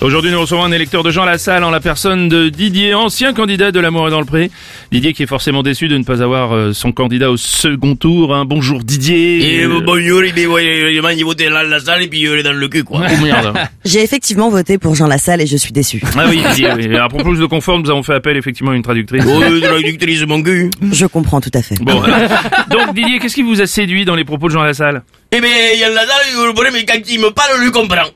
Aujourd'hui, nous recevons un électeur de Jean Lassalle en la personne de Didier, ancien candidat de l'amour et dans le pré. Didier qui est forcément déçu de ne pas avoir euh, son candidat au second tour. hein. Bonjour Didier. Et Euh, bonjour, il est ouais, il m'a dit voter là, la salle et puis il est dans le cul, quoi. oh merde. J'ai effectivement voté pour Jean Lassalle et je suis déçu. ah oui, Didier. oui. À propos de conforme, nous avons fait appel effectivement à une traductrice. Oh, de la ductilise, mon cul. Je comprends tout à fait. Bon. Donc Didier, qu'est-ce qui vous a séduit dans les propos de Jean Lassalle Eh ben, il y a la salle, vous le prenez, mais quand il me parle, je lui comprends.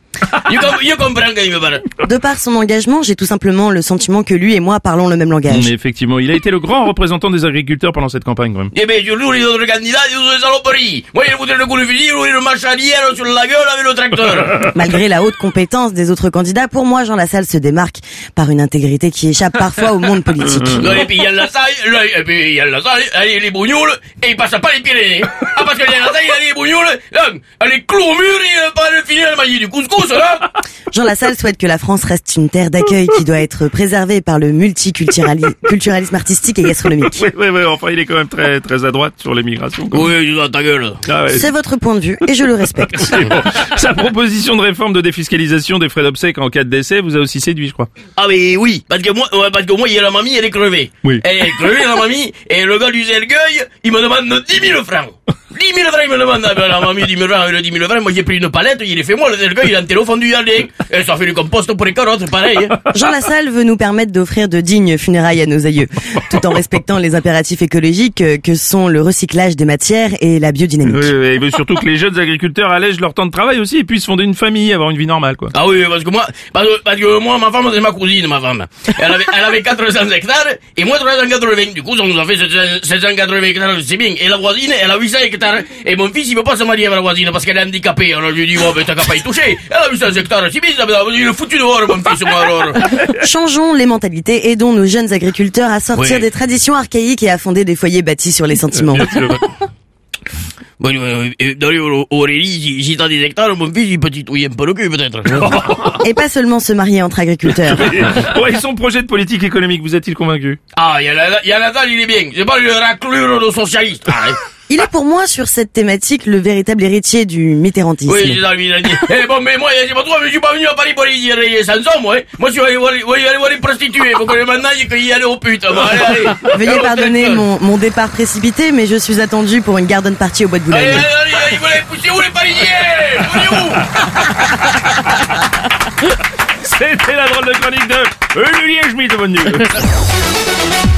Je, com- je comprends quand il me parle. De par son engagement, j'ai tout simplement le sentiment que lui et moi parlons le même langage. Mais effectivement, il a été le grand représentant des agriculteurs pendant cette campagne quand même. Eh ben, surtout les autres candidats, ils sont des saloperies. Moi, ils foutu le coup de fusil, ils le marche arrière sur la gueule avec le tracteur. Malgré la haute compétence des autres candidats, pour moi, Jean Lassalle se démarque par une intégrité qui échappe parfois au monde politique. Non, et puis il y a la salle, là, et puis il y a la salle, allez, les bougnoules, et il passe pas les Pyrénées. Ah, parce qu'il y a la salle, il y a les bougnoules, là, allez, clou au mur, et euh, pas le finir la magie du couscous, hein. là. Jean Lassalle souhaite que la France reste une terre d'accueil qui doit être préservée par le multiculturalisme artistique et gastronomique. Oui, oui, oui. Enfin, il est quand même très très à droite sur les migrations. quoi. Oui, tu dois ta gueule. Ah ouais. C'est votre point de vue et je le respecte. C'est bon. Sa proposition de réforme de défiscalisation des frais d'obsèques en cas de décès vous a aussi séduit, je crois. Ah mais oui, parce que moi, ouais, parce que moi, il y a la mamie, elle est crevée. Oui. Elle est crevée, la mamie, et le gars du Zelgueuil, il me demande 10 000 francs. 10 000 francs, il me demande, Ah ben, la mamie, 10 000 francs, avec le 10 000 francs, moi j'ai pris une palette, il est fait moi, le Zelgueuil, il a enterré au fond du jardin. Et ça fait du compost pour les carottes, c'est pareil. hein. Jean Lassalle veut nous permettre d'offrir de dignes funérailles à nos aïeux, tout en respectant les impératifs écologiques euh, que sont le recyclage des matières et la biodynamique. Oui, oui, il veut surtout que les jeunes agriculteurs allègent leur temps de travail aussi et puissent fonder une famille, avoir une vie normale, quoi. Ah oui, parce que moi, parce que, parce que moi, ma femme, c'est ma cousine, ma femme. Elle avait, elle avait 400 hectares, et moi 380. Du coup, ça nous a fait 700 780 hectares, c'est bien. Et la voisine, elle a 800 hectares. Et mon fils, il veut pas se marier avec la voisine parce qu'elle est handicapée. Alors je lui dis, oh, ben, t'as qu'à pas y toucher. Elle a 800 hectares, c'est bien, ça me il est foutu dehors, mon fils, moi, alors. Changeons les mentalités, aidons nos jeunes agriculteurs à sortir Oui. Euh, des traditions archaïques et à fonder des foyers bâtis sur les sentiments. Bon, euh, euh, d'ailleurs, Au- Aurélie, si, si t'as des hectares, mon fils, il peut titouiller un peu le cul, peut-être. Et pas seulement se marier entre agriculteurs. ouais, et son projet de politique économique vous a-t-il convaincu ah, il y a la, il y a la dalle, il est bien. C'est pas le raclure de socialiste. Ah, hein. Il est pour moi sur cette thématique le véritable héritier du mitterrandisme. Oui, j'ai envie de dire. Eh bon, mais moi, je pas toi, mais je suis pas venu à Paris pour y dire les chansons, moi. hein. Moi, je suis allé voir, oui, allé voir les prostituées. Faut que je m'en aille et qu'il y allait aux putes. Bon, allez, allez. Veuillez pardonner mon, mon départ précipité, mais je suis attendu pour une garden party au bois de Allez, allez, Boulogne. allez, allez, vous les poussez où les Parisiens Vous où C'était la drôle de chronique de Olivier Schmitt, bonne nuit.